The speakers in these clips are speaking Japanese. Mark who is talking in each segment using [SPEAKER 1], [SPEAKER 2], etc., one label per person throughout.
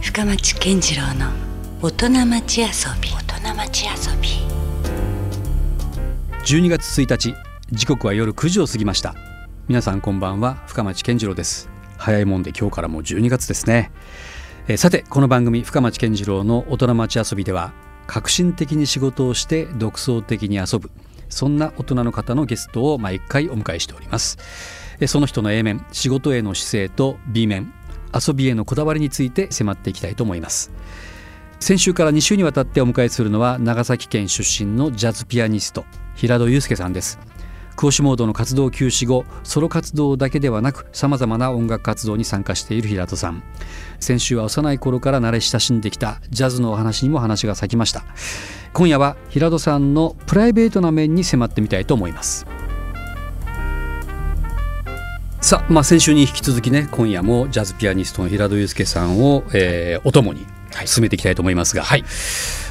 [SPEAKER 1] 深町健次郎の大人町遊び大人町遊び
[SPEAKER 2] 12月1日時刻は夜9時を過ぎました皆さんこんばんは深町健次郎です早いもんで今日からもう12月ですねえーさてこの番組深町健次郎の大人町遊びでは革新的に仕事をして独創的に遊ぶそんな大人の方のゲストを毎回お迎えしておりますえーその人の A 面仕事への姿勢と B 面遊びへのこだわりについて迫っていきたいと思います先週から2週にわたってお迎えするのは長崎県出身のジャズピアニスト平戸祐介さんですクオシモードの活動休止後ソロ活動だけではなくさまざまな音楽活動に参加している平戸さん先週は幼い頃から慣れ親しんできたジャズのお話にも話が咲きました今夜は平戸さんのプライベートな面に迫ってみたいと思いますさあ、まあ、先週に引き続きね今夜もジャズピアニストの平戸祐介さんを、えーお供に進めていきたいと思いますが、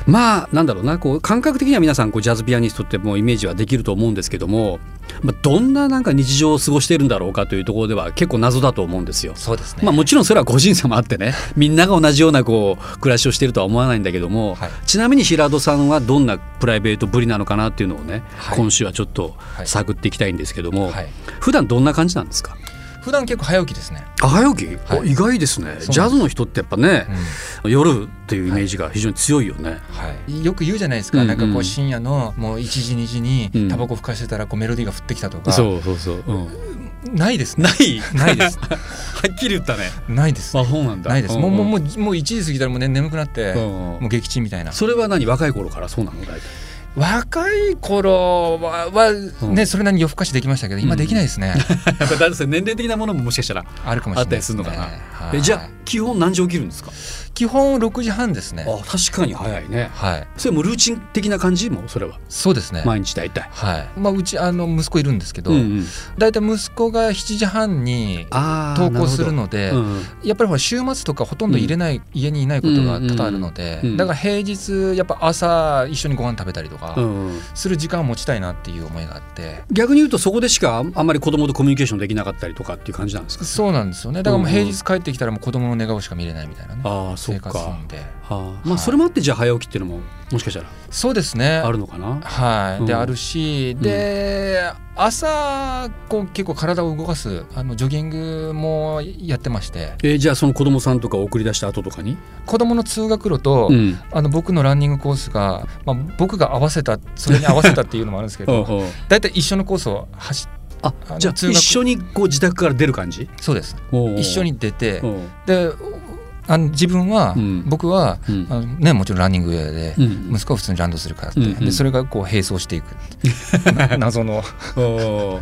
[SPEAKER 2] まあなんだろうなこう感覚的には皆さんこうジャズピアニストってもうイメージはできると思うんですけども、まあ、どんななんか日常を過ごしているんだろうかというところでは結構謎だと思うんですよ。
[SPEAKER 3] そうですね。
[SPEAKER 2] まあ、もちろんそれは個人差もあって ねみんなが同じようなこう暮らしをしているとは思わないんだけども、
[SPEAKER 3] はい
[SPEAKER 2] ちなみに平戸さんはどんなプライベートぶりなのかなっていうのをね、
[SPEAKER 3] はい
[SPEAKER 2] 今週はちょっと
[SPEAKER 3] はい
[SPEAKER 2] 探っていきたいんですけども、
[SPEAKER 3] はい
[SPEAKER 2] 普段どんな感じなんですか
[SPEAKER 3] 普段結構早起きですね。
[SPEAKER 2] 早起き、
[SPEAKER 3] はい
[SPEAKER 2] お意外ですね
[SPEAKER 3] です
[SPEAKER 2] ジャズの人ってやっぱね
[SPEAKER 3] うん、
[SPEAKER 2] 夜っていうイメージが非常に強いよね、
[SPEAKER 3] はい。よく言うじゃないですか。
[SPEAKER 2] うんうん
[SPEAKER 3] なんかこう深夜のもう1時2時
[SPEAKER 2] うん
[SPEAKER 3] にタバコ吹かしてたらこうメロディーが降ってきたとか。
[SPEAKER 2] そうそうそう、うん、
[SPEAKER 3] ないですね。
[SPEAKER 2] ない
[SPEAKER 3] ないです。
[SPEAKER 2] はっきり言ったね
[SPEAKER 3] ないです。
[SPEAKER 2] あそうなんだ
[SPEAKER 3] ないです。
[SPEAKER 2] ん
[SPEAKER 3] もうもうも
[SPEAKER 2] う
[SPEAKER 3] うもう1時過ぎたらもうね眠くなって
[SPEAKER 2] うんうん
[SPEAKER 3] もう撃沈みたいな。
[SPEAKER 2] それは何若い頃からそうなの大体
[SPEAKER 3] 若い頃はは
[SPEAKER 2] うん
[SPEAKER 3] ねそれなりに夜更かしできましたけど今できないですね。
[SPEAKER 2] やっぱだって年齢的なものももしかしたら
[SPEAKER 3] あるかもしれないですね。
[SPEAKER 2] あったりするの
[SPEAKER 3] はい
[SPEAKER 2] えじゃあ基本何時起きるんですか
[SPEAKER 3] 基本6時半ですね。
[SPEAKER 2] あ確かに早いね
[SPEAKER 3] はい。
[SPEAKER 2] それもルーチン的な感じもうそれは
[SPEAKER 3] そうですね。
[SPEAKER 2] 毎日大体
[SPEAKER 3] はい。まあうちあの息子いるんですけど
[SPEAKER 2] う、んうん
[SPEAKER 3] だいたい息子が7時半に
[SPEAKER 2] あー
[SPEAKER 3] 投稿す
[SPEAKER 2] な
[SPEAKER 3] るので、
[SPEAKER 2] ほどうん
[SPEAKER 3] やっぱりほら週末とかほとんど入れない、家にいないことが多々あるので、
[SPEAKER 2] うんうんうん
[SPEAKER 3] だから平日やっぱ朝一緒にご飯食べたりと
[SPEAKER 2] う
[SPEAKER 3] か
[SPEAKER 2] んうん
[SPEAKER 3] する時間を持ちたいなっていう思いがあって、
[SPEAKER 2] 逆に言うとそこでしかあんあんまり子供とコミュニケーションできなかったりとかっていう感じなんですか
[SPEAKER 3] そうなんですよねだからもう
[SPEAKER 2] うんう
[SPEAKER 3] 平
[SPEAKER 2] ん
[SPEAKER 3] 日帰ってきたらもう子供の寝顔しか見れないみたいなね、
[SPEAKER 2] ああそ
[SPEAKER 3] 生
[SPEAKER 2] うか
[SPEAKER 3] 活なんで
[SPEAKER 2] はあま
[SPEAKER 3] は
[SPEAKER 2] あ
[SPEAKER 3] い
[SPEAKER 2] それもあってじゃあ早起きっていうのももしかしたら
[SPEAKER 3] そうですね
[SPEAKER 2] あるのかな
[SPEAKER 3] はい、で
[SPEAKER 2] うん
[SPEAKER 3] あるしで、朝こう結構体を動かすあのジョギングもやってまして
[SPEAKER 2] えーじゃあその子供さんとか送り出した後とかに
[SPEAKER 3] 子供の通学路と、
[SPEAKER 2] ん
[SPEAKER 3] あの僕のランニングコースが、まあ、僕が合わせたそれに合わせたっていうのもあるんですけ
[SPEAKER 2] お
[SPEAKER 3] ど
[SPEAKER 2] うおう
[SPEAKER 3] 大体一緒のコースを走っ
[SPEAKER 2] あ
[SPEAKER 3] あの
[SPEAKER 2] じゃあ
[SPEAKER 3] 通学
[SPEAKER 2] 一緒にこう自宅から出る感じ
[SPEAKER 3] そうです一緒に出て
[SPEAKER 2] おうおう
[SPEAKER 3] であの自分は、
[SPEAKER 2] うん
[SPEAKER 3] 僕は
[SPEAKER 2] うん
[SPEAKER 3] あの、ね、もちろんランニングウェアで、
[SPEAKER 2] うん
[SPEAKER 3] 息子は普通にランドセルからって、
[SPEAKER 2] うんうん
[SPEAKER 3] でそれがこう並走していくってい うな謎の
[SPEAKER 2] おお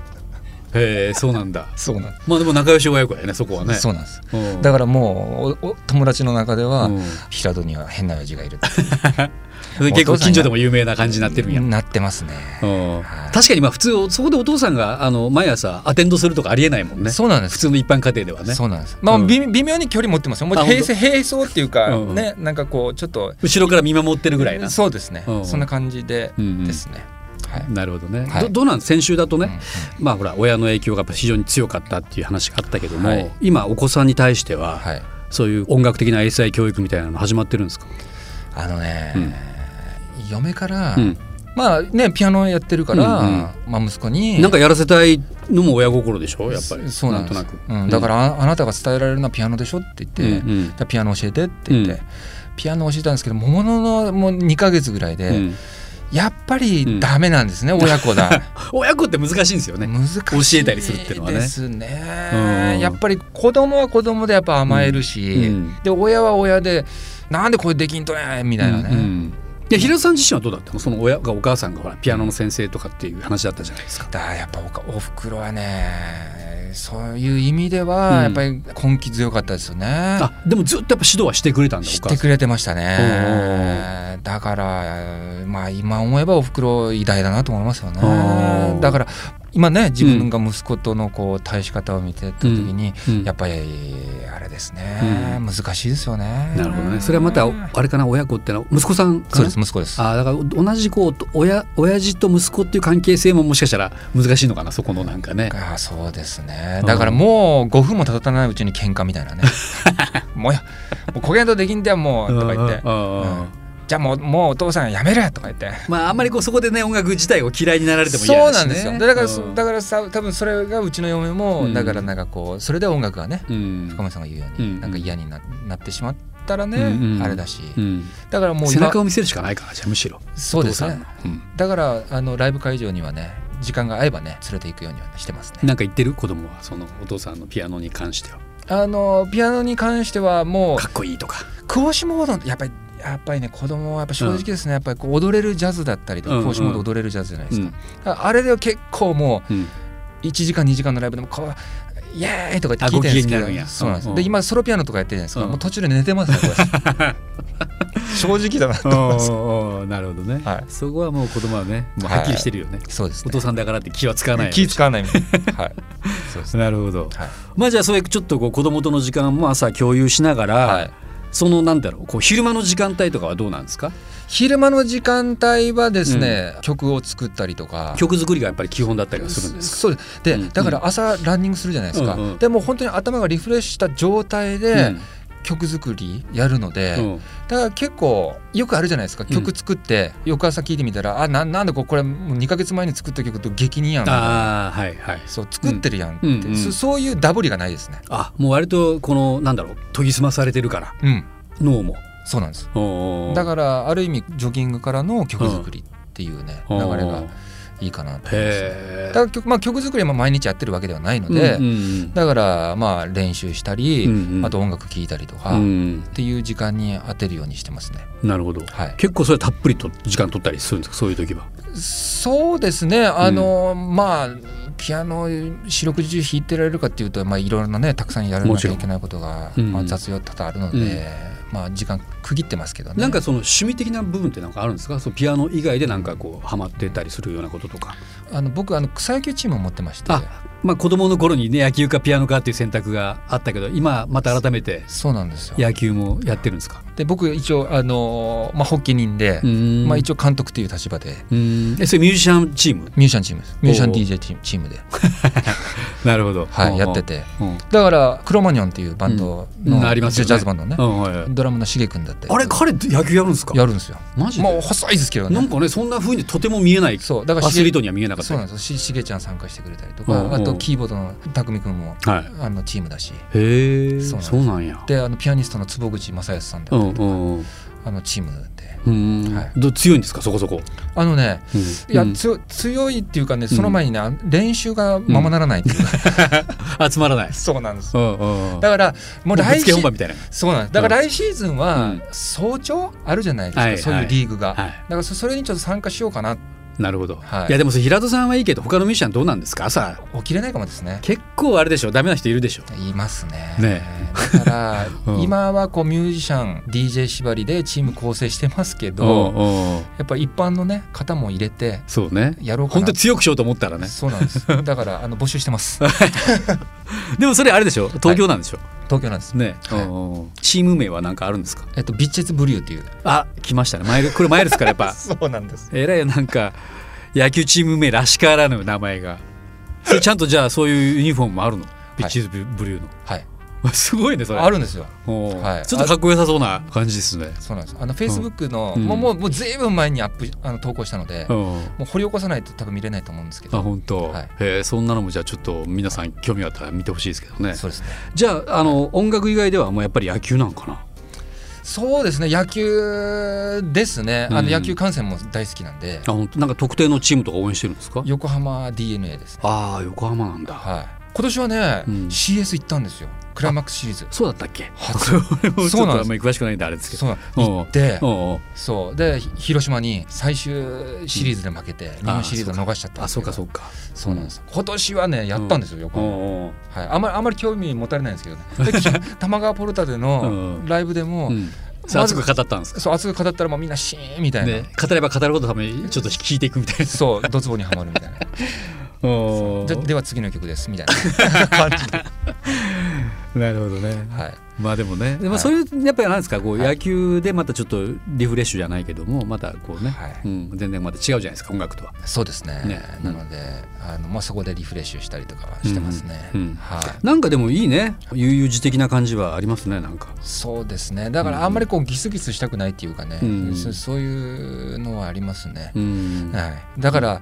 [SPEAKER 2] へえそうなんだ
[SPEAKER 3] そうなんで
[SPEAKER 2] まあでも仲良し親子やねそこは
[SPEAKER 3] す、
[SPEAKER 2] ね
[SPEAKER 3] そうなんです
[SPEAKER 2] うん
[SPEAKER 3] だからもうおお友達の中では、
[SPEAKER 2] うん
[SPEAKER 3] 平戸には変な親父がいる
[SPEAKER 2] それ結構近所でも有名な感じになってるんや、
[SPEAKER 3] なってますね、
[SPEAKER 2] うん確かにまあ普通そこでお父さんがあの毎朝アテンドするとかありえないもんね
[SPEAKER 3] そうなんです
[SPEAKER 2] 普通の一般家庭ではね
[SPEAKER 3] そうなんです。まあ、
[SPEAKER 2] うん
[SPEAKER 3] 微微妙に距離持ってますよ。もう
[SPEAKER 2] あ
[SPEAKER 3] 並走並走っていうか、
[SPEAKER 2] うん
[SPEAKER 3] ね、なんかこうちょっと
[SPEAKER 2] 後ろから見守ってるぐらいな
[SPEAKER 3] そうですね。
[SPEAKER 2] うん
[SPEAKER 3] そんな感じで、
[SPEAKER 2] うんうん
[SPEAKER 3] ですね。はい。
[SPEAKER 2] なるほどね、
[SPEAKER 3] はい
[SPEAKER 2] どどうなん先週だとね、
[SPEAKER 3] うんうん
[SPEAKER 2] まあほら親の影響がやっぱ非常に強かったっていう話があったけども、
[SPEAKER 3] はい
[SPEAKER 2] 今お子さんに対しては、
[SPEAKER 3] はい。
[SPEAKER 2] そういう音楽的な英才教育みたいなの始まってるんですか、
[SPEAKER 3] あのね、
[SPEAKER 2] うん
[SPEAKER 3] 嫁から、
[SPEAKER 2] うん、
[SPEAKER 3] まあねピアノやってるから、
[SPEAKER 2] うん
[SPEAKER 3] まあ息子に
[SPEAKER 2] なんかやらせたいのも親心でしょやっぱり
[SPEAKER 3] そそうなんです
[SPEAKER 2] なんとなく、
[SPEAKER 3] うんだからあ、あなたが伝えられるのはピアノでしょって言って、
[SPEAKER 2] うんうん
[SPEAKER 3] じゃあピアノ教えてって言って。
[SPEAKER 2] うん
[SPEAKER 3] ピアノ教えたんですけどもののもう2か月ぐらいで、
[SPEAKER 2] うん
[SPEAKER 3] やっぱりダメなんですね、親子だ
[SPEAKER 2] 親子って難しいんですよね
[SPEAKER 3] 難しい
[SPEAKER 2] 教えたりするっていうのはね
[SPEAKER 3] ですね、
[SPEAKER 2] うん
[SPEAKER 3] やっぱり子供は子供でやっぱ甘えるし、
[SPEAKER 2] うん
[SPEAKER 3] で親は親でなんでこれできんとねみたいなね、
[SPEAKER 2] うんうんで平田さん自身はどうだったのその親がお母さんがほらピアノの先生とかっていう話だったじゃないですか。
[SPEAKER 3] だからやっぱおかおふくろはねそういう意味では
[SPEAKER 2] うん
[SPEAKER 3] やっぱり根気強かったですよね、
[SPEAKER 2] あでもずっとやっぱ指導はしてくれたんだお
[SPEAKER 3] 知っ
[SPEAKER 2] 母
[SPEAKER 3] て
[SPEAKER 2] さん。
[SPEAKER 3] くれてました
[SPEAKER 2] お
[SPEAKER 3] ねだからまあ今思えばおふくろ偉大だなと思いますよ
[SPEAKER 2] お
[SPEAKER 3] ね
[SPEAKER 2] ー
[SPEAKER 3] だから今ね自分が息子とのこう対し方を見てた時に、
[SPEAKER 2] うん
[SPEAKER 3] やっぱりあれですね、
[SPEAKER 2] うん
[SPEAKER 3] 難しいですよね
[SPEAKER 2] なるほどね。それはまたあれかな親子ってのは息子さんかな
[SPEAKER 3] そうです息子です
[SPEAKER 2] あだから同じこうと親親父と息子っていう関係性ももしかしたら難しいのかなそこのなんかね。
[SPEAKER 3] ああそうですね
[SPEAKER 2] うん
[SPEAKER 3] だからもう5分も経たないうちに喧嘩みたいなねもうやもうこげんとできんじゃんもうとか言って
[SPEAKER 2] ああああ
[SPEAKER 3] じゃあもうもうお父さんやめるとか言って
[SPEAKER 2] まああんまりこうそこでね音楽自体を嫌いになられても嫌
[SPEAKER 3] そう
[SPEAKER 2] だ
[SPEAKER 3] な
[SPEAKER 2] し
[SPEAKER 3] ん
[SPEAKER 2] ね
[SPEAKER 3] ですよでだからそ
[SPEAKER 2] うん
[SPEAKER 3] だからさ多分それがうちの嫁も、
[SPEAKER 2] うん
[SPEAKER 3] だからなんかこうそれで音楽がね
[SPEAKER 2] うん
[SPEAKER 3] 深村さんが言うよう
[SPEAKER 2] う
[SPEAKER 3] に、
[SPEAKER 2] ん
[SPEAKER 3] なんか嫌にななってしまったらね、
[SPEAKER 2] うんうん
[SPEAKER 3] あれだし、
[SPEAKER 2] うん
[SPEAKER 3] だからもう
[SPEAKER 2] 背
[SPEAKER 3] 今
[SPEAKER 2] 中を見せるしかないからじゃあむしろ
[SPEAKER 3] そうですね
[SPEAKER 2] お父さんの
[SPEAKER 3] だからあのライブ会場にはね時間が合えばね連れて行くようにはしてます
[SPEAKER 2] うん
[SPEAKER 3] ね。
[SPEAKER 2] なんか言ってる子供はそのお父さんのピアノに関しては
[SPEAKER 3] あのピアノに関してはも
[SPEAKER 2] かっこいいとか
[SPEAKER 3] う久保島モードやっぱりやっぱりね子供はやっぱ正直ですね、やっぱりこう踊れるジャズだったりとか
[SPEAKER 2] うんうん
[SPEAKER 3] 久保島モード踊れるジャズじゃないですか、
[SPEAKER 2] うん
[SPEAKER 3] ああれでは結構もう
[SPEAKER 2] うん
[SPEAKER 3] 1時間2時間のライブでもこう「イエーイ!」とか言って聞いてるんですけ
[SPEAKER 2] あご機嫌になるん
[SPEAKER 3] ど
[SPEAKER 2] や
[SPEAKER 3] そうなんです、
[SPEAKER 2] うんうん
[SPEAKER 3] で今ソロピアノとかやってるじゃないですか、
[SPEAKER 2] うん
[SPEAKER 3] もう途中で寝てますねこ れ正直だなと思います
[SPEAKER 2] おーおーなるほどね、
[SPEAKER 3] はい
[SPEAKER 2] そこはもう子供はねもうはっきりしてるよね、
[SPEAKER 3] そうです
[SPEAKER 2] お
[SPEAKER 3] ね
[SPEAKER 2] 父さんだからって気は使わない
[SPEAKER 3] 気使わない みたいなはいそうですね
[SPEAKER 2] なるほど、
[SPEAKER 3] はい
[SPEAKER 2] まあじゃあそういうちょっとこう子供との時間も朝共有しながら、
[SPEAKER 3] はい
[SPEAKER 2] そのなんだろうこう昼間の時間帯とかはどうなんですか
[SPEAKER 3] 昼間の時間帯はですね、曲を作ったりとか
[SPEAKER 2] 曲作りがやっぱり基本だったりはするんですか
[SPEAKER 3] そうですで、
[SPEAKER 2] うん
[SPEAKER 3] だから朝ランニングするじゃないですか、
[SPEAKER 2] うんうん
[SPEAKER 3] でもう本当に頭がリフレッシュした状態で曲作りやるので、
[SPEAKER 2] うんうん
[SPEAKER 3] だから結構よくあるじゃないですか
[SPEAKER 2] うん
[SPEAKER 3] 曲作って翌朝聴いてみたら、あななんだこれこれもう2か月前に作った曲と激似やん
[SPEAKER 2] ああはいはい
[SPEAKER 3] そう作ってるやんって、
[SPEAKER 2] うんうん
[SPEAKER 3] そそういうダブりがないですね
[SPEAKER 2] あもう割とこのなんだろう研ぎ澄まされてるから
[SPEAKER 3] うん
[SPEAKER 2] 脳も
[SPEAKER 3] そうなんです
[SPEAKER 2] おー
[SPEAKER 3] だからある意味ジョギングからの曲作りっていうね、
[SPEAKER 2] おー
[SPEAKER 3] 流れがいいかなと思いますね
[SPEAKER 2] へ
[SPEAKER 3] だ
[SPEAKER 2] え
[SPEAKER 3] から曲,、まあ、曲作りはまあ毎日やってるわけではないので、
[SPEAKER 2] うんうん
[SPEAKER 3] だからまあ練習したり、
[SPEAKER 2] うんうん
[SPEAKER 3] あと音楽聴いたりとか、
[SPEAKER 2] う
[SPEAKER 3] っ
[SPEAKER 2] ん
[SPEAKER 3] ていう時間に当てるようにしてますね
[SPEAKER 2] なるほど
[SPEAKER 3] はい
[SPEAKER 2] 結構それたっぷりと時間取ったりするんですかそういう時は
[SPEAKER 3] そうですねあの、まあピアノ四六時中弾いてられるかっていうと、まあ、いろいろなねたくさんやらな
[SPEAKER 2] もち
[SPEAKER 3] きゃ
[SPEAKER 2] ろん
[SPEAKER 3] いけないことが、
[SPEAKER 2] うん
[SPEAKER 3] まあ、雑用多々あるので、
[SPEAKER 2] うん
[SPEAKER 3] まあ、時間区切ってますけどね
[SPEAKER 2] なんかその趣味的な部分ってなんかあるんですかそのピアノ以外でなんかこうハマってたりするようなこととか
[SPEAKER 3] あの僕あの草野球チームを持ってまして
[SPEAKER 2] あまあ子供の頃にね野球かピアノかっていう選択があったけど今また改めて
[SPEAKER 3] そうなんですよ
[SPEAKER 2] 野球もやってるんですか
[SPEAKER 3] で僕一応あの、まあ、発起人で、まあ、一応監督という立場で
[SPEAKER 2] 応えそれミュージシャンチーム
[SPEAKER 3] ミュージシャンチームですミュージシャン
[SPEAKER 2] おう
[SPEAKER 3] DJ チームチームで、
[SPEAKER 2] なるほど
[SPEAKER 3] はい、やってて
[SPEAKER 2] うん
[SPEAKER 3] だからクロマニョンっていうバンドの、
[SPEAKER 2] うんありますよね
[SPEAKER 3] ジャズバンドのね、
[SPEAKER 2] うんはいはい
[SPEAKER 3] ドラムのしげ君だったり
[SPEAKER 2] あれ彼野球やるんですか
[SPEAKER 3] やるんですよ
[SPEAKER 2] マジで
[SPEAKER 3] もう細いですけどね
[SPEAKER 2] なんかねそんな風にとても見えない
[SPEAKER 3] そうだから
[SPEAKER 2] ア
[SPEAKER 3] し
[SPEAKER 2] ス
[SPEAKER 3] げ
[SPEAKER 2] リートには見えなかっ
[SPEAKER 3] そ
[SPEAKER 2] た
[SPEAKER 3] う
[SPEAKER 2] よ
[SPEAKER 3] なんですよししげちゃん参加してくれたりと
[SPEAKER 2] うんう
[SPEAKER 3] か
[SPEAKER 2] ん
[SPEAKER 3] あとキーボードの匠君も
[SPEAKER 2] はい
[SPEAKER 3] あのチームだし
[SPEAKER 2] へえ
[SPEAKER 3] そうなんです
[SPEAKER 2] そうなんや
[SPEAKER 3] であのピアニストの坪口正康さんだ
[SPEAKER 2] うん
[SPEAKER 3] ったり
[SPEAKER 2] う
[SPEAKER 3] とか
[SPEAKER 2] んうん
[SPEAKER 3] あのチームで
[SPEAKER 2] うん
[SPEAKER 3] はい
[SPEAKER 2] ど強いんですかそこそこ
[SPEAKER 3] あのね
[SPEAKER 2] うん
[SPEAKER 3] いや
[SPEAKER 2] うん
[SPEAKER 3] つ強いっていうかねその前にねあの練習がままならないっていうか
[SPEAKER 2] 集まらない
[SPEAKER 3] そうなんです
[SPEAKER 2] うんうんうん
[SPEAKER 3] だから
[SPEAKER 2] も
[SPEAKER 3] もう
[SPEAKER 2] うぶ
[SPEAKER 3] 来
[SPEAKER 2] つけ
[SPEAKER 3] シ
[SPEAKER 2] 本番
[SPEAKER 3] ー
[SPEAKER 2] みたいな
[SPEAKER 3] そうなんですだから来シーズン
[SPEAKER 2] う
[SPEAKER 3] は
[SPEAKER 2] ん
[SPEAKER 3] 早朝あるじゃないで
[SPEAKER 2] はいは
[SPEAKER 3] す
[SPEAKER 2] い
[SPEAKER 3] かそういうリーグがだ
[SPEAKER 2] はい
[SPEAKER 3] からそそれにちょっと参加しようかな
[SPEAKER 2] なるほど、
[SPEAKER 3] はい
[SPEAKER 2] い、やでもそれ平戸さんはいいけど他のミュージシャンどうなんですか朝
[SPEAKER 3] 起きれないかもですね
[SPEAKER 2] 結構あれでしょダメな人いるでしょ
[SPEAKER 3] いますね
[SPEAKER 2] ね
[SPEAKER 3] だから、
[SPEAKER 2] うん
[SPEAKER 3] 今はこうミュージシャン DJ 縛りでチーム構成してますけど、
[SPEAKER 2] おうおう
[SPEAKER 3] やっぱ一般のね方も入れて
[SPEAKER 2] そうね
[SPEAKER 3] やろうか
[SPEAKER 2] 本
[SPEAKER 3] な
[SPEAKER 2] 当強くしようと思ったらね
[SPEAKER 3] そうなん ですだからあの募集してます
[SPEAKER 2] でもそれあれでしょ東京なんでしょ、
[SPEAKER 3] 東京なんです
[SPEAKER 2] ね、
[SPEAKER 3] はい
[SPEAKER 2] おうおうチーム名は何かあるんですか
[SPEAKER 3] えっとビッチェツブリューっていう
[SPEAKER 2] あ来ましたねマイルこれマイルスからやっ ぱ
[SPEAKER 3] そうなんです
[SPEAKER 2] えらいなんか野球チーム名らしからぬ名前がそれちゃんとじゃあそういうユニフォームもあるのビッチーズブリューの、
[SPEAKER 3] はい
[SPEAKER 2] すごいねそれ
[SPEAKER 3] あるんですよ
[SPEAKER 2] おう
[SPEAKER 3] はい
[SPEAKER 2] ちょっとかっこよさそうな感じですね
[SPEAKER 3] そうなんですあのフェイスブックの、
[SPEAKER 2] うん
[SPEAKER 3] もうもうもうずいぶん前にアップあの投稿したので、
[SPEAKER 2] うん
[SPEAKER 3] もう掘り起こさないと多分見れないと思うんですけ
[SPEAKER 2] あ
[SPEAKER 3] ど
[SPEAKER 2] 本当、
[SPEAKER 3] はい
[SPEAKER 2] へえそんなのもじゃあちょっと皆さん興味があったら見てほしいですけどね
[SPEAKER 3] そうですね
[SPEAKER 2] じゃああの音楽以外ではもうやっぱり野球なんかな
[SPEAKER 3] そうですね野球ですねあ
[SPEAKER 2] うん
[SPEAKER 3] の野球観戦も大好きなんで、
[SPEAKER 2] あ本当なんか特定のチームとか応援してるんですか
[SPEAKER 3] 横浜 d n a です
[SPEAKER 2] ああ横浜なんだ、
[SPEAKER 3] はい、今年はね、
[SPEAKER 2] うん
[SPEAKER 3] CS 行ったんですよクライマックスシリーズ
[SPEAKER 2] そうだったっけ
[SPEAKER 3] 初
[SPEAKER 2] 俺もち
[SPEAKER 3] そ
[SPEAKER 2] ょ
[SPEAKER 3] う
[SPEAKER 2] っ
[SPEAKER 3] なん
[SPEAKER 2] とあん
[SPEAKER 3] です
[SPEAKER 2] まり詳しくないんであれですけど
[SPEAKER 3] そう行って
[SPEAKER 2] おうおう
[SPEAKER 3] そうでひ広島に最終シリーズで負けて、日本シリーズを逃しちゃったん
[SPEAKER 2] あ
[SPEAKER 3] です
[SPEAKER 2] そう
[SPEAKER 3] けど
[SPEAKER 2] かそうか
[SPEAKER 3] そうなんです今年はねやったんですよ、横
[SPEAKER 2] おうおう
[SPEAKER 3] 浜はい、あまりあまり興味持たれないんですけどね でき玉川ポルタでの
[SPEAKER 2] うん
[SPEAKER 3] ライブでも、
[SPEAKER 2] うんそれ
[SPEAKER 3] まず
[SPEAKER 2] 熱く語ったんですか
[SPEAKER 3] そう熱く語ったらもうみんなシーンみたいな、
[SPEAKER 2] で語れば語るほどためにちょっと聞いていくみたい
[SPEAKER 3] そうドツボにはまるみたいな
[SPEAKER 2] な おう
[SPEAKER 3] じゃでは次の曲ですみたいな感じで、
[SPEAKER 2] なるほどね
[SPEAKER 3] はい、
[SPEAKER 2] まあでもね、ま
[SPEAKER 3] は
[SPEAKER 2] あ、
[SPEAKER 3] い
[SPEAKER 2] そういうやっぱりなんですかこう
[SPEAKER 3] はい
[SPEAKER 2] 野球でまたちょっとリフレッシュじゃないけどもまたこうね、
[SPEAKER 3] はい
[SPEAKER 2] うん、全然また違うじゃないですか音楽とは。
[SPEAKER 3] そうですね
[SPEAKER 2] ね
[SPEAKER 3] なので、あのまあ、そこでリフレッシュしたりとかはしてますね、
[SPEAKER 2] うんうん
[SPEAKER 3] はい、
[SPEAKER 2] なんかでもいいね悠々自適な感じはありますねなんか。
[SPEAKER 3] そうですねだか
[SPEAKER 2] うん
[SPEAKER 3] らあんまりこうギスギスしたくないっていうかね、
[SPEAKER 2] うん
[SPEAKER 3] そそういうのはありますね、
[SPEAKER 2] うん
[SPEAKER 3] はい、だから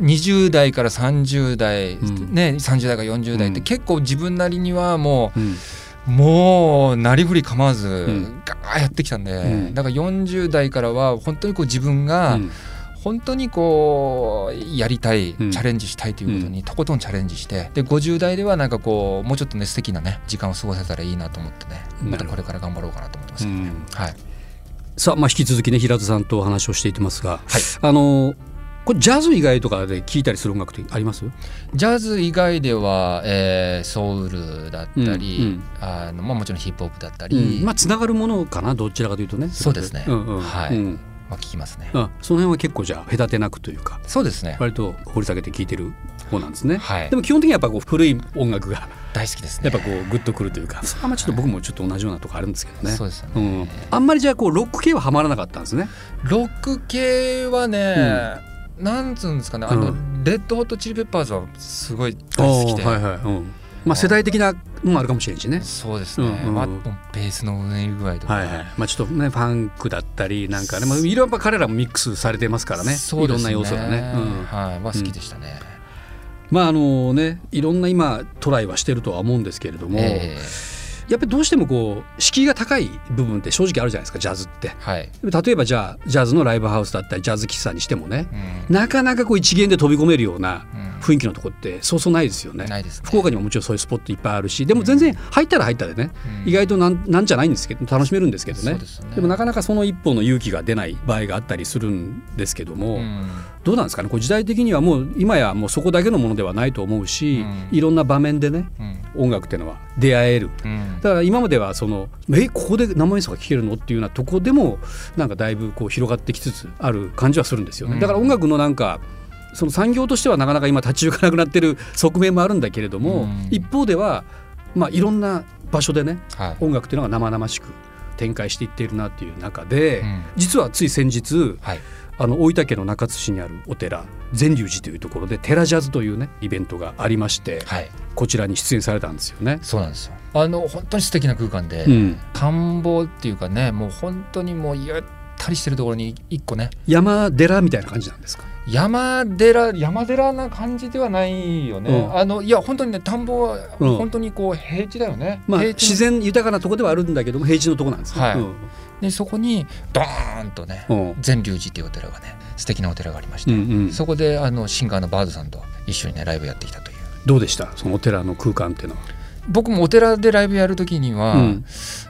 [SPEAKER 3] 20代から30代、
[SPEAKER 2] うん
[SPEAKER 3] ね、30代から40代って
[SPEAKER 2] うん
[SPEAKER 3] 結構自分なりにはも
[SPEAKER 2] うん
[SPEAKER 3] うもうなりふり構わず
[SPEAKER 2] ん
[SPEAKER 3] ガーッやってきたんで、
[SPEAKER 2] うん
[SPEAKER 3] だから40代からは本当にこう自分が
[SPEAKER 2] うん
[SPEAKER 3] 本当にこうやりたい、
[SPEAKER 2] うん
[SPEAKER 3] チャレンジしたいということにとことんチャレンジしてで50代ではなんかこうもうちょっとね素敵なね時間を過ごせたらいいなと思ってね
[SPEAKER 2] なるほど
[SPEAKER 3] またこれから頑張ろうかなと思ってます、
[SPEAKER 2] うん
[SPEAKER 3] はい、
[SPEAKER 2] さあ、まあ、引き続きね平田さんとお話をしていってますが、
[SPEAKER 3] はい
[SPEAKER 2] あのこれジャズ以外とかで聴いたりする音楽ってあります
[SPEAKER 3] ジャズ以外では、えーソウルだったり、
[SPEAKER 2] うんうん
[SPEAKER 3] あのまあ、もちろんヒップホップだったり、
[SPEAKER 2] うんま
[SPEAKER 3] ま
[SPEAKER 2] あつながるものかなどちらかというとね
[SPEAKER 3] そうですね
[SPEAKER 2] んうん
[SPEAKER 3] はい
[SPEAKER 2] うん
[SPEAKER 3] あ、聞きますね。
[SPEAKER 2] あその辺は結構じゃあ隔てなくというか
[SPEAKER 3] そうですね、
[SPEAKER 2] 割と掘り下げて聴いてる方なんですね、
[SPEAKER 3] はい
[SPEAKER 2] で、も基本的にはやっぱこう古い音楽が
[SPEAKER 3] 大好きですね。
[SPEAKER 2] やっぱこうグッとくるというかそれはまあちょっと僕もちょっと同じようなとこあるんですけどね
[SPEAKER 3] そうですよ
[SPEAKER 2] う
[SPEAKER 3] ね、
[SPEAKER 2] ん、あんまりじゃあこうロック系はハマらなかったんですね。
[SPEAKER 3] ロック系はね、なんつうんですかねあの、
[SPEAKER 2] う
[SPEAKER 3] レッドホットチリペッパーズはすごい大好きで、
[SPEAKER 2] あーはいはいうんまあ、世代的なのもあるかもしれんしね。
[SPEAKER 3] そうですね、
[SPEAKER 2] うんうん
[SPEAKER 3] まあ、もうベースのうねり具合とか、
[SPEAKER 2] はいはいまあ、ちょっとねファンクだったりなんかね、まあ、いろいろやっぱ彼らもミックスされてますからね
[SPEAKER 3] そう
[SPEAKER 2] いろん
[SPEAKER 3] です
[SPEAKER 2] な要素がね。うん
[SPEAKER 3] はい、は好きでしたね。
[SPEAKER 2] まああのねいろんな今トライはしてるとは思うんですけれども、
[SPEAKER 3] ええ
[SPEAKER 2] やっぱりどうしてもこう敷居が高い部分って正直あるじゃないですかジャズって。
[SPEAKER 3] はい、
[SPEAKER 2] 例えばじゃあジャズのライブハウスだったりジャズ喫茶にしてもね
[SPEAKER 3] うん
[SPEAKER 2] なかなかこう一元で飛び込めるような
[SPEAKER 3] うん
[SPEAKER 2] 雰囲気のとこってそうそうないですよね。
[SPEAKER 3] ないですね。
[SPEAKER 2] 福岡にももちろんそういうスポットいっぱいあるしでも全然入ったら入ったでね、
[SPEAKER 3] うん
[SPEAKER 2] 意外となんなんじゃないんですけど楽しめるんですけど
[SPEAKER 3] そ
[SPEAKER 2] ね
[SPEAKER 3] うですね
[SPEAKER 2] でもなかなかその一歩の勇気が出ない場合があったりするんですけども、
[SPEAKER 3] うん
[SPEAKER 2] どうなんですかねこう時代的にはもう今やもうそこだけのものではないと思うし、
[SPEAKER 3] うん
[SPEAKER 2] いろんな場面でね
[SPEAKER 3] うん
[SPEAKER 2] 音楽っていうのは出会える。
[SPEAKER 3] うん
[SPEAKER 2] だから今まではそのえここで生演奏が聴けるのっていうようなとこでもなんかだいぶこう広がってきつつある感じはするんですよね、
[SPEAKER 3] うん
[SPEAKER 2] だから音楽のなんかその産業としてはなかなか今立ち行かなくなってる側面もあるんだけれども、
[SPEAKER 3] うん
[SPEAKER 2] 一方ではまあいろんな場所でね
[SPEAKER 3] はい
[SPEAKER 2] 音楽っていうのが生々しく展開していっているなっていう中で、
[SPEAKER 3] うん
[SPEAKER 2] 実はつい先日
[SPEAKER 3] はい
[SPEAKER 2] あの大分県の中津市にあるお寺善隆寺というところで「寺ジャズ」というねイベントがありまして
[SPEAKER 3] はい
[SPEAKER 2] こちらに出演されたんですよね。
[SPEAKER 3] そうなんですよあの本当に素敵な空間で、
[SPEAKER 2] うん
[SPEAKER 3] 田んぼっていうかねもう本当にもうゆったりしてるところに一個ね
[SPEAKER 2] 山寺みたいな感じなんですか。
[SPEAKER 3] 山寺山寺な感じではないよね、
[SPEAKER 2] うん
[SPEAKER 3] あのいや本当にね田んぼは
[SPEAKER 2] うん
[SPEAKER 3] 本当にこう平地だよね、
[SPEAKER 2] まあ
[SPEAKER 3] 平地
[SPEAKER 2] 自然豊かなとこではあるんだけども平地のとこなんですね。
[SPEAKER 3] はい
[SPEAKER 2] うん
[SPEAKER 3] でそこにドーンとね
[SPEAKER 2] うん
[SPEAKER 3] 善隆寺っていうお寺がね素敵なお寺がありまし
[SPEAKER 2] う
[SPEAKER 3] て、
[SPEAKER 2] んうん
[SPEAKER 3] そこであのシンガーのバードさんと一緒にねライブやってきたという
[SPEAKER 2] どうでしたそのお寺の空間っていうのは。
[SPEAKER 3] 僕もお寺でライブやる時には、
[SPEAKER 2] うん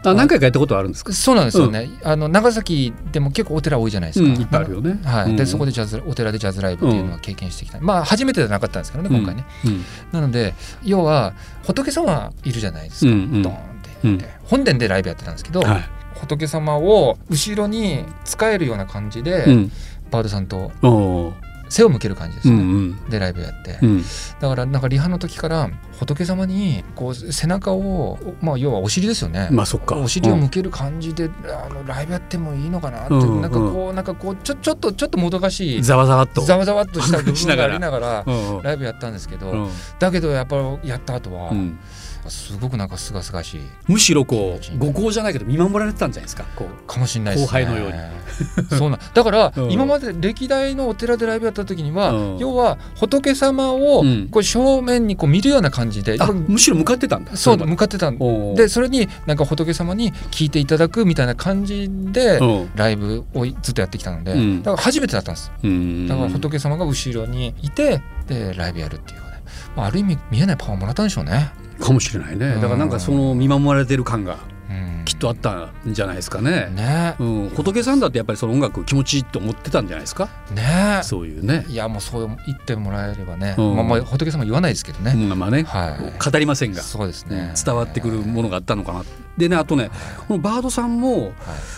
[SPEAKER 2] あ何回かやったことはあるんですか。
[SPEAKER 3] そうなんですよね、あの長崎でも結構お寺多いじゃないで
[SPEAKER 2] う
[SPEAKER 3] す
[SPEAKER 2] ん
[SPEAKER 3] か、
[SPEAKER 2] いっぱいあるよね。
[SPEAKER 3] はい
[SPEAKER 2] うん
[SPEAKER 3] でそこでジャズお寺でジャズライブっていうのは経験してきた、まあ初めてじゃなかったんですけどね今回ね、
[SPEAKER 2] うん
[SPEAKER 3] なので要は仏様いるじゃないです
[SPEAKER 2] う
[SPEAKER 3] か、
[SPEAKER 2] んうん
[SPEAKER 3] ドーンっていって、本殿でライブやってたんですけど、
[SPEAKER 2] は
[SPEAKER 3] 仏様を後ろに使えるような感じで、
[SPEAKER 2] い。うん
[SPEAKER 3] バードさんと
[SPEAKER 2] おー
[SPEAKER 3] 背を向ける感じで
[SPEAKER 2] う
[SPEAKER 3] す
[SPEAKER 2] ん
[SPEAKER 3] ね、
[SPEAKER 2] うん
[SPEAKER 3] でライブやって、
[SPEAKER 2] うん
[SPEAKER 3] だからなんかリハの時から仏様にこう背中をまあ要はお尻ですよね、
[SPEAKER 2] まあそっか。
[SPEAKER 3] お尻を向ける感じで、あのライブやってもいいのかなって、
[SPEAKER 2] うん
[SPEAKER 3] なんかこうなんかこうちょちょっとちょっともどかし
[SPEAKER 2] う
[SPEAKER 3] い
[SPEAKER 2] んざわざわっと。
[SPEAKER 3] ざわざわっとした部
[SPEAKER 2] しな
[SPEAKER 3] 分が
[SPEAKER 2] が
[SPEAKER 3] あ
[SPEAKER 2] ら
[SPEAKER 3] りながら
[SPEAKER 2] うんうん
[SPEAKER 3] ライブやったんですけど、
[SPEAKER 2] うん
[SPEAKER 3] だけどやっぱやった後は、
[SPEAKER 2] うん
[SPEAKER 3] すごくなんかすがすがしい
[SPEAKER 2] むしろこう五行じゃないけど見守られてたんじゃないですかこう
[SPEAKER 3] かもしれないですね
[SPEAKER 2] 後輩のよう
[SPEAKER 3] に そうなんだから、
[SPEAKER 2] うん
[SPEAKER 3] 今まで歴代のお寺でライブやった時には、
[SPEAKER 2] うん
[SPEAKER 3] 要は仏様を
[SPEAKER 2] うん
[SPEAKER 3] こう正面にこう見るような感じで、
[SPEAKER 2] あむしろ向かってたんだ
[SPEAKER 3] そう
[SPEAKER 2] だ
[SPEAKER 3] 向かってたんで
[SPEAKER 2] で
[SPEAKER 3] それになんか仏様に聞いていただくみたいな感じでライブをずっとやってきたので、
[SPEAKER 2] うん
[SPEAKER 3] だから初めてだったんですだ
[SPEAKER 2] だ
[SPEAKER 3] から仏様が後ろにいてでライブやるっていうかね、まあ、ある意味見えないパワーもらったんでしょうね、
[SPEAKER 2] かもしれないねだからなんかその見守られてる感が
[SPEAKER 3] うん、
[SPEAKER 2] きっとあったんじゃないですかね
[SPEAKER 3] ね
[SPEAKER 2] うん仏さんだってやっぱりその音楽気持ちいいと思ってたんじゃないですか
[SPEAKER 3] ね
[SPEAKER 2] そういうね
[SPEAKER 3] いやもうそう言ってもらえればね、
[SPEAKER 2] うん
[SPEAKER 3] まあ、まあ仏様言わないですけどね、
[SPEAKER 2] うんまあね
[SPEAKER 3] はい
[SPEAKER 2] 語りませんが
[SPEAKER 3] そうですね
[SPEAKER 2] 伝わってくるものがあったのかなでねあとねこのバードさんも
[SPEAKER 3] は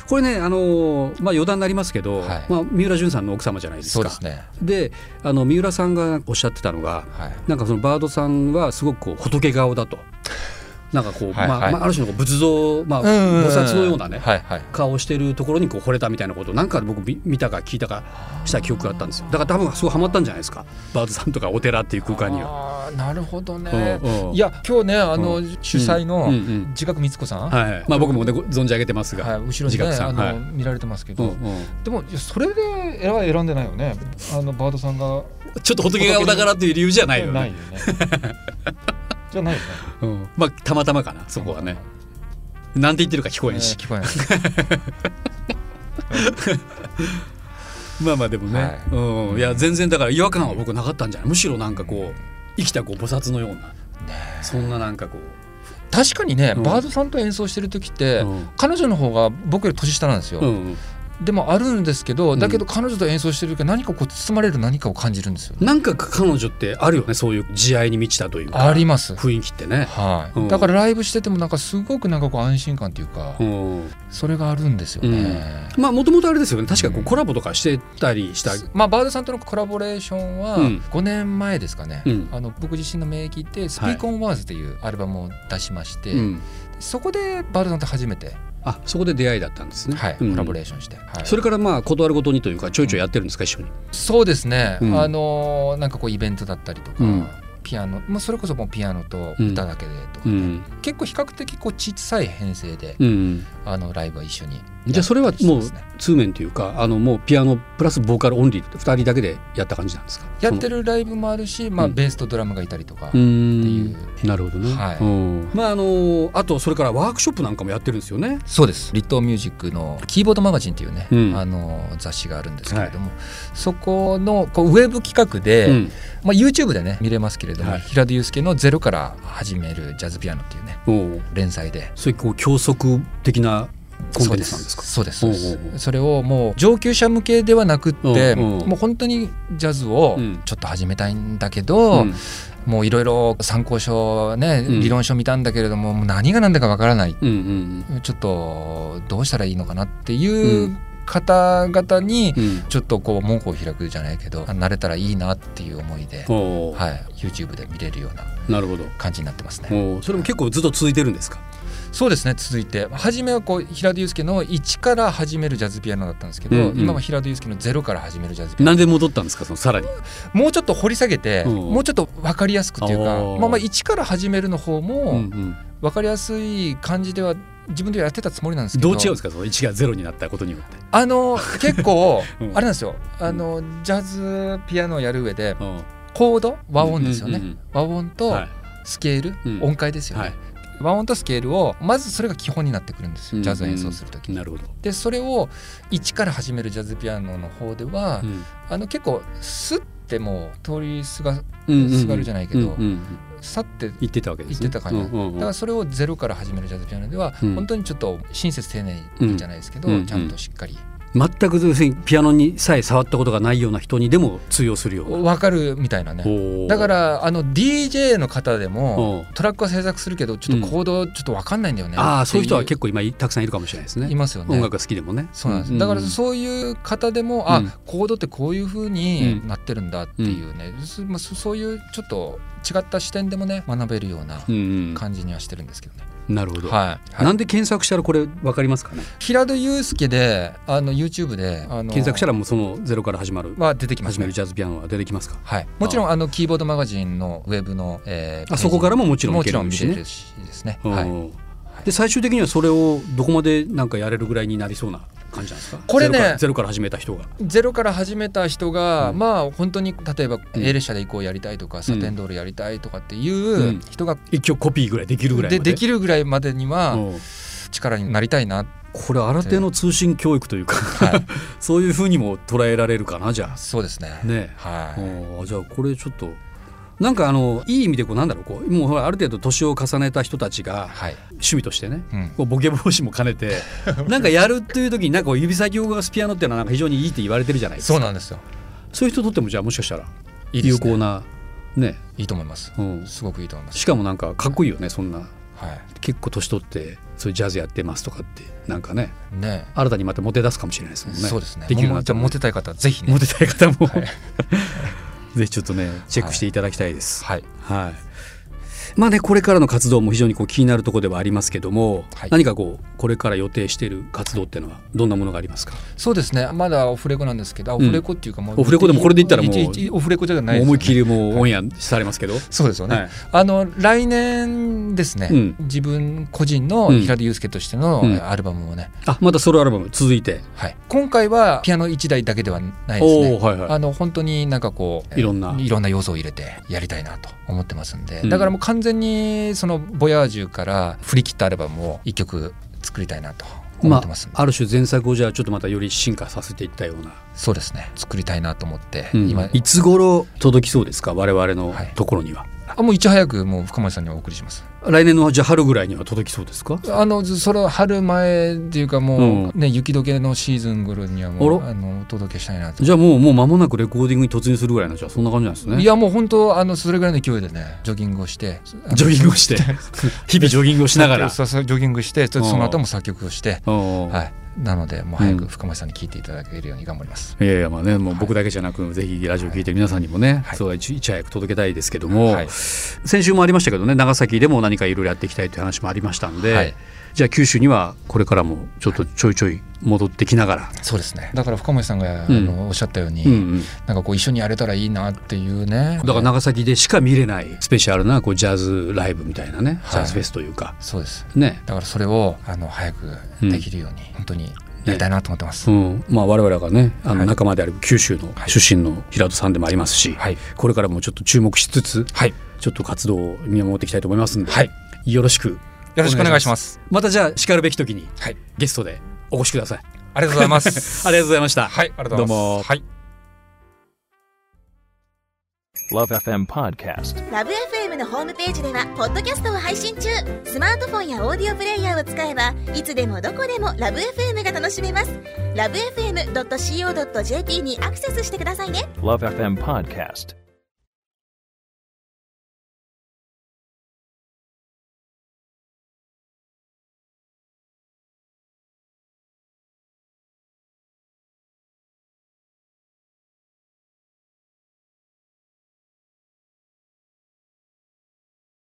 [SPEAKER 2] これねあのーまあ余談になりますけど
[SPEAKER 3] はい
[SPEAKER 2] まあ三浦淳さんの奥様じゃない
[SPEAKER 3] い、
[SPEAKER 2] です
[SPEAKER 3] そうで
[SPEAKER 2] か
[SPEAKER 3] すね
[SPEAKER 2] であの三浦さんがおっしゃってたのが
[SPEAKER 3] はい
[SPEAKER 2] なんかそのバードさんはすごくこう仏顔だとなんかこう、
[SPEAKER 3] はい
[SPEAKER 2] まあ
[SPEAKER 3] はい
[SPEAKER 2] まあ、ある種のこう仏像、まあ、
[SPEAKER 3] うんうんうん
[SPEAKER 2] 菩薩のようなね、
[SPEAKER 3] はいはい
[SPEAKER 2] 顔をしてるところにこう惚れたみたいなことをなんかで僕見見たか聞いたかした記憶があったんですよだから多分すごいハマったんじゃないですかバーズさんとかお寺っていう空間には。
[SPEAKER 3] あーなるほどね
[SPEAKER 2] うんうん
[SPEAKER 3] いや今日ねあの、
[SPEAKER 2] う
[SPEAKER 3] 主催
[SPEAKER 2] う
[SPEAKER 3] の
[SPEAKER 2] んうん
[SPEAKER 3] 自覚光子さん、は
[SPEAKER 2] はいはいまあ、僕も、ね、ご存じ上げてます
[SPEAKER 3] い
[SPEAKER 2] が、
[SPEAKER 3] 後ろに
[SPEAKER 2] 自
[SPEAKER 3] ね
[SPEAKER 2] 覚さ
[SPEAKER 3] あ
[SPEAKER 2] ん
[SPEAKER 3] の、
[SPEAKER 2] はい
[SPEAKER 3] 見られてますけ
[SPEAKER 2] う
[SPEAKER 3] ど、
[SPEAKER 2] んうん
[SPEAKER 3] でもいやそれで選選んでないよねあのバードさんが
[SPEAKER 2] ちょっと仏がお宝っていう理由じゃないよね
[SPEAKER 3] ないよ ねじゃないよね
[SPEAKER 2] うん、まあたまたまかなそこはねなんて言ってるか聞こえんし、
[SPEAKER 3] 聞こえない
[SPEAKER 2] まあまあでもね、
[SPEAKER 3] はい
[SPEAKER 2] うん、いや全然だから違和感は僕なかったんじゃないむしろなんかこう生きたこう菩薩のようなそんななんかこう
[SPEAKER 3] 確かにね、
[SPEAKER 2] うん
[SPEAKER 3] バードさんと演奏してる時って、
[SPEAKER 2] うん
[SPEAKER 3] 彼女の方が僕より年下なんですよ、
[SPEAKER 2] うん、
[SPEAKER 3] でもあるんですけど
[SPEAKER 2] ん
[SPEAKER 3] だけど彼女と演奏してる時は何かこう包まれる何かを感じるんですよ、
[SPEAKER 2] なんか彼女ってあるよねそういう慈愛に満ちたというか
[SPEAKER 3] あります
[SPEAKER 2] 雰囲気ってね、
[SPEAKER 3] はい、
[SPEAKER 2] うん
[SPEAKER 3] だからライブしててもなんかすごくなんかこう安心感というか、
[SPEAKER 2] うん、
[SPEAKER 3] それがあるんですよね、
[SPEAKER 2] まあもともとあれですよね確かこ
[SPEAKER 3] う
[SPEAKER 2] うんコラボとかしてたりした、
[SPEAKER 3] まあ、バードさんとのコラボレーションは
[SPEAKER 2] うん
[SPEAKER 3] 5年前ですかね、
[SPEAKER 2] うん
[SPEAKER 3] あの僕自身の名義で「スピークオンワーズ」というアルバムを出しまして、
[SPEAKER 2] うん、
[SPEAKER 3] そこでバードさんと初めて、
[SPEAKER 2] あそこで出会いだったんですね、
[SPEAKER 3] はい
[SPEAKER 2] うん
[SPEAKER 3] コラボレーションして、はい
[SPEAKER 2] それからまあ断るごとにというかちょいちょいやってるんですか一緒に、
[SPEAKER 3] そうですね、
[SPEAKER 2] うん
[SPEAKER 3] あのーなんかこうイベントだったりとか、
[SPEAKER 2] うん
[SPEAKER 3] ピアノ、まあ、それこそもうピアノと歌だけでとか、
[SPEAKER 2] うん
[SPEAKER 3] 結構比較的こう小さい編成で、
[SPEAKER 2] うん、
[SPEAKER 3] あのライブは一緒に
[SPEAKER 2] じゃあそれは
[SPEAKER 3] や
[SPEAKER 2] もう
[SPEAKER 3] ったりしてますね
[SPEAKER 2] 通面というかあのもうピアノプラスボーカルオンリー2人だけでやった感じなんですか
[SPEAKER 3] やって
[SPEAKER 2] る
[SPEAKER 3] るライブもあるし、まあ、
[SPEAKER 2] うん
[SPEAKER 3] ベースとドラムがいたりとか、
[SPEAKER 2] うー
[SPEAKER 3] い
[SPEAKER 2] ん
[SPEAKER 3] う
[SPEAKER 2] なるほどね、
[SPEAKER 3] はい
[SPEAKER 2] うんまああのあとそれからワークショップなんかもやってるんですよね
[SPEAKER 3] そうです「リットーミュージック」の「キーボードマガジン」っていうね、
[SPEAKER 2] うん
[SPEAKER 3] あの雑誌があるんですけれども、そこのこうウェブ企画で、
[SPEAKER 2] うん
[SPEAKER 3] まあ、YouTube でね見れますけれども、
[SPEAKER 2] はい
[SPEAKER 3] 平田祐介の「ゼロから始めるジャズピアノ」っていうね
[SPEAKER 2] おう
[SPEAKER 3] 連載で。
[SPEAKER 2] そういうこう教則的なコンテンツなんですか
[SPEAKER 3] そうですそうです
[SPEAKER 2] おうおうおう
[SPEAKER 3] それをもう上級者向けではなくって、
[SPEAKER 2] うんうん
[SPEAKER 3] もう本当にジャズを
[SPEAKER 2] うん
[SPEAKER 3] ちょっと始めたいんだけど、
[SPEAKER 2] うん
[SPEAKER 3] もういろいろ参考書ね、
[SPEAKER 2] うん
[SPEAKER 3] 理論書見たんだけれどももう何が何だかわからない
[SPEAKER 2] うんうん
[SPEAKER 3] ちょっとどうしたらいいのかなって
[SPEAKER 2] う
[SPEAKER 3] い
[SPEAKER 2] ん
[SPEAKER 3] う方々に、
[SPEAKER 2] うんうん
[SPEAKER 3] ちょっとこう門戸を開くじゃないけど慣れたらいいなっていう思いで、
[SPEAKER 2] おう
[SPEAKER 3] はい、YouTube で見れるような
[SPEAKER 2] なるほど
[SPEAKER 3] 感じになってますね。
[SPEAKER 2] おうそれも結構ずっと続いてるんですか
[SPEAKER 3] そうですね続いて初めはこう平田祐介の1から始めるジャズピアノだったんですけど、
[SPEAKER 2] うんうん
[SPEAKER 3] 今は平田祐介の0から始めるジャズピアノ
[SPEAKER 2] なんで戻ったんですかそのさらに
[SPEAKER 3] もうちょっと掘り下げて、
[SPEAKER 2] うん
[SPEAKER 3] もうちょっと分かりやすくっていうか
[SPEAKER 2] あー
[SPEAKER 3] まあまあ1から始めるの方
[SPEAKER 2] うんう
[SPEAKER 3] も
[SPEAKER 2] ん
[SPEAKER 3] 分かりやすい感じでは自分でやってたつもりなんですけ
[SPEAKER 2] ど
[SPEAKER 3] ど
[SPEAKER 2] う違うんですかその1がゼロになったことによって
[SPEAKER 3] あの結構
[SPEAKER 2] うん
[SPEAKER 3] あれなんですよあのジャズピアノをやる上で
[SPEAKER 2] おう
[SPEAKER 3] コード和音ですよね、
[SPEAKER 2] うんうんうん
[SPEAKER 3] 和音と
[SPEAKER 2] は
[SPEAKER 3] スケール、
[SPEAKER 2] うん
[SPEAKER 3] 音階です
[SPEAKER 2] い
[SPEAKER 3] よね、
[SPEAKER 2] はい
[SPEAKER 3] 和音とスケールをまずそれが基本になってくるんですよ、ジャズを演奏する時
[SPEAKER 2] なるほど、
[SPEAKER 3] でそれを一から始めるジャズピアノの方では、
[SPEAKER 2] うん
[SPEAKER 3] あの結構スッてもう通りすがだ
[SPEAKER 2] うんうんうん
[SPEAKER 3] すがるじゃないけど
[SPEAKER 2] うんうん
[SPEAKER 3] さってだ
[SPEAKER 2] 言ってたわけですね
[SPEAKER 3] 言ってた感じ
[SPEAKER 2] うんうんうん
[SPEAKER 3] からそれをゼロから始めるジャズピアノでは、
[SPEAKER 2] うん
[SPEAKER 3] 本当にちょっと親切丁寧じゃないですけど、
[SPEAKER 2] うんうん
[SPEAKER 3] ちゃんとしっかり
[SPEAKER 2] 全く要するにピアノにさえ触ったことがないような人にでも通用するような
[SPEAKER 3] 分かるみたいなね
[SPEAKER 2] おー
[SPEAKER 3] だからあの DJ の方で
[SPEAKER 2] お
[SPEAKER 3] も
[SPEAKER 2] う
[SPEAKER 3] トラックは制作するけどちょっとコードちょっと分かんないんだよね、
[SPEAKER 2] ああそういう人は
[SPEAKER 3] って
[SPEAKER 2] 結構今いたくさんいるかもしれないですね
[SPEAKER 3] いますよね
[SPEAKER 2] 音楽が好きでもね
[SPEAKER 3] そうなんです、だから
[SPEAKER 2] うん
[SPEAKER 3] そういう方でも、
[SPEAKER 2] うん
[SPEAKER 3] あコードってこういうふうになってるんだっていうね、そまあ、そそういうちょっと違った視点でもね学べるような
[SPEAKER 2] うんうん
[SPEAKER 3] 感じにはしてるんですけどね。
[SPEAKER 2] なるほど、
[SPEAKER 3] はい、
[SPEAKER 2] な
[SPEAKER 3] はい、
[SPEAKER 2] んで検索したらこれわかりますかね
[SPEAKER 3] 平戸祐介であの YouTube であの
[SPEAKER 2] 検索したらもうそのゼロから始まる
[SPEAKER 3] は出てきます
[SPEAKER 2] 始め
[SPEAKER 3] ね
[SPEAKER 2] るジャズピアノは出てきますか
[SPEAKER 3] はい、もちろんあのキーボードマガジンのウェブの、えー
[SPEAKER 2] あそこからもも
[SPEAKER 3] ペ
[SPEAKER 2] ち
[SPEAKER 3] ージ
[SPEAKER 2] ろん
[SPEAKER 3] も
[SPEAKER 2] い
[SPEAKER 3] ち
[SPEAKER 2] け
[SPEAKER 3] ろ
[SPEAKER 2] るん
[SPEAKER 3] ん
[SPEAKER 2] で
[SPEAKER 3] 見
[SPEAKER 2] す
[SPEAKER 3] れる
[SPEAKER 2] ね
[SPEAKER 3] しですね、
[SPEAKER 2] おー
[SPEAKER 3] はい、
[SPEAKER 2] で最終的にはそれをどこまでなんかやれるぐらいになりそうな感じなんですか
[SPEAKER 3] これね
[SPEAKER 2] ゼロからゼロから始めた人が
[SPEAKER 3] ゼロから始めた人が、
[SPEAKER 2] うん
[SPEAKER 3] まあ本当に例えば
[SPEAKER 2] うん
[SPEAKER 3] エレシャで行こうやりたいとか、サテンドールやりたいとかっていう人が
[SPEAKER 2] 一曲コピーぐらいできるぐらいま
[SPEAKER 3] で
[SPEAKER 2] で
[SPEAKER 3] できるぐらいまでには
[SPEAKER 2] うん
[SPEAKER 3] 力になりたいな、
[SPEAKER 2] これ新手の通信教育というか、
[SPEAKER 3] はい、
[SPEAKER 2] そういうふうにも捉えられるかなじゃ
[SPEAKER 3] そうですね
[SPEAKER 2] あね
[SPEAKER 3] は
[SPEAKER 2] え、
[SPEAKER 3] い、
[SPEAKER 2] うんじゃあこれちょっとなんかあのいい意味でこうなんだろうこうもうほらある程度年を重ねた人たちが
[SPEAKER 3] はい
[SPEAKER 2] 趣味としてね
[SPEAKER 3] うん
[SPEAKER 2] こうボケ防止も兼ね てなんかやるっていう時になんかこう指先を動かすピアノっていうのはなんか非常にいいって言われてるじゃないです
[SPEAKER 3] そう
[SPEAKER 2] か
[SPEAKER 3] なんですよ
[SPEAKER 2] そういう人にとってもじゃあもしかしたら
[SPEAKER 3] いいで
[SPEAKER 2] 有
[SPEAKER 3] すね
[SPEAKER 2] 効なね
[SPEAKER 3] いいと思います
[SPEAKER 2] うん、
[SPEAKER 3] すごくいいと思います
[SPEAKER 2] しかもなんかかっこいいよねそんな
[SPEAKER 3] はい
[SPEAKER 2] 結構年取ってそういうジャズやってますとかってなんかね
[SPEAKER 3] ね
[SPEAKER 2] 新たにまたモテ出すかもしれないですもんね
[SPEAKER 3] そうですね
[SPEAKER 2] できるように
[SPEAKER 3] も
[SPEAKER 2] な
[SPEAKER 3] う
[SPEAKER 2] っ
[SPEAKER 3] じ
[SPEAKER 2] た
[SPEAKER 3] ゃあ
[SPEAKER 2] らね
[SPEAKER 3] モテたい方はぜひね
[SPEAKER 2] モテたい方も、
[SPEAKER 3] はい
[SPEAKER 2] ぜひちょっとねチェックしていただきたいです。
[SPEAKER 3] はい
[SPEAKER 2] はい、まあねこれからの活動も非常にこう気になるところではありますけども、
[SPEAKER 3] はい
[SPEAKER 2] 何かこうこれから予定している活動っていうのはどんなものがありますか、
[SPEAKER 3] そうですねまだオフレコなんですけどあオフレコっていうかもう、
[SPEAKER 2] オフレコでもこれで言ったらもう
[SPEAKER 3] いちいちオフレコじゃないですよね
[SPEAKER 2] 思いっきりもうオンエアされますけど、
[SPEAKER 3] そうですよね、
[SPEAKER 2] はい
[SPEAKER 3] あの来年ですね、
[SPEAKER 2] うん
[SPEAKER 3] 自分個人の平田祐介としての
[SPEAKER 2] うん
[SPEAKER 3] アルバムをね、
[SPEAKER 2] あまたソロアルバム続いて、
[SPEAKER 3] はい、今回はピアノ1台だけではないです
[SPEAKER 2] お
[SPEAKER 3] ね
[SPEAKER 2] おはいはい
[SPEAKER 3] あの本当になんかこう
[SPEAKER 2] いろんない
[SPEAKER 3] ろんな要素を入れてやりたいなと思ってますんで、
[SPEAKER 2] うん
[SPEAKER 3] だからもう完全にそのボヤージュから振り切ったアルバムを一曲作りたいなと思
[SPEAKER 2] ま
[SPEAKER 3] ってますんで、
[SPEAKER 2] あ、ある種前作をじゃあちょっとまたより進化させていったような、
[SPEAKER 3] そうですね作りたいなと思って、
[SPEAKER 2] うん
[SPEAKER 3] 今
[SPEAKER 2] いつ頃届きそうですか我々の
[SPEAKER 3] はい
[SPEAKER 2] ところには、
[SPEAKER 3] あもういち早くもう深町さんにお送りします
[SPEAKER 2] 来年のじゃあ春ぐらいには届きそうですか
[SPEAKER 3] あのずそれは春前っていうかもう、ね雪解けのシーズン頃にはも
[SPEAKER 2] あ
[SPEAKER 3] うあのお届けしたいなと
[SPEAKER 2] じゃあもうもう間もなくレコーディングに突入するぐらいのじゃあそんな感じなんですね
[SPEAKER 3] いやもう本当あのそれぐらいの勢いでねジョギングをして
[SPEAKER 2] ジョギングを して日々ジョギングをしながら
[SPEAKER 3] そうそうジョギングしてそ
[SPEAKER 2] うん
[SPEAKER 3] の後も作曲をして、
[SPEAKER 2] うん
[SPEAKER 3] はい、なのでもう早
[SPEAKER 2] うん
[SPEAKER 3] く深町さんに聞いていただけるように頑張ります、
[SPEAKER 2] いやいやまあねもう僕だけじゃなく、ぜひラジオ聞いてる皆さんにもね、
[SPEAKER 3] はい
[SPEAKER 2] そういちいち早く届けたいですけども、
[SPEAKER 3] はい
[SPEAKER 2] 先週もありましたけどね長崎でも何かいろいろやっていきたいという話もありましたんで、
[SPEAKER 3] はい
[SPEAKER 2] じゃあ九州にはこれからもちょっとちょいちょい戻ってきながら、
[SPEAKER 3] そうですねだから深町さんが、
[SPEAKER 2] うん
[SPEAKER 3] あのおっしゃったように、
[SPEAKER 2] うんうん
[SPEAKER 3] なんかこう一緒にやれたらいいなっていうね
[SPEAKER 2] だから長崎でしか見れないスペシャルなこうジャズライブみたいなね、
[SPEAKER 3] はい
[SPEAKER 2] ジャズフェスというか
[SPEAKER 3] そうです
[SPEAKER 2] ね、
[SPEAKER 3] だからそれをあの早くできるように、本当にやりたいなと思ってます、
[SPEAKER 2] うんまあ、我々がねあ
[SPEAKER 3] は
[SPEAKER 2] の
[SPEAKER 3] い
[SPEAKER 2] 仲間である九州の
[SPEAKER 3] はい
[SPEAKER 2] 出身の平戸さんでもありますし、
[SPEAKER 3] はい
[SPEAKER 2] これからもちょっと注目しつつ、
[SPEAKER 3] はい
[SPEAKER 2] ちょっと活動を見守っていきたいと思いますんで、
[SPEAKER 3] はい
[SPEAKER 2] よろしく
[SPEAKER 3] よろしくお願いします
[SPEAKER 2] またじゃあしかるべき時に
[SPEAKER 3] はい
[SPEAKER 2] ゲストでお越しください
[SPEAKER 3] ありがとうございま す
[SPEAKER 2] ありがとうございました
[SPEAKER 3] はいありがとうご
[SPEAKER 2] ど
[SPEAKER 3] ざいます
[SPEAKER 2] うも
[SPEAKER 3] はい
[SPEAKER 4] Love FM Podcast.
[SPEAKER 5] ラブ f m のホームページではポッドキャストを配信中スマートフォンやオーディオプレイヤーを使えばいつでもどこでもラブ f m が楽しめますラブ FM.co.jp にアクセスしてくださいね
[SPEAKER 4] Love FM Podcast.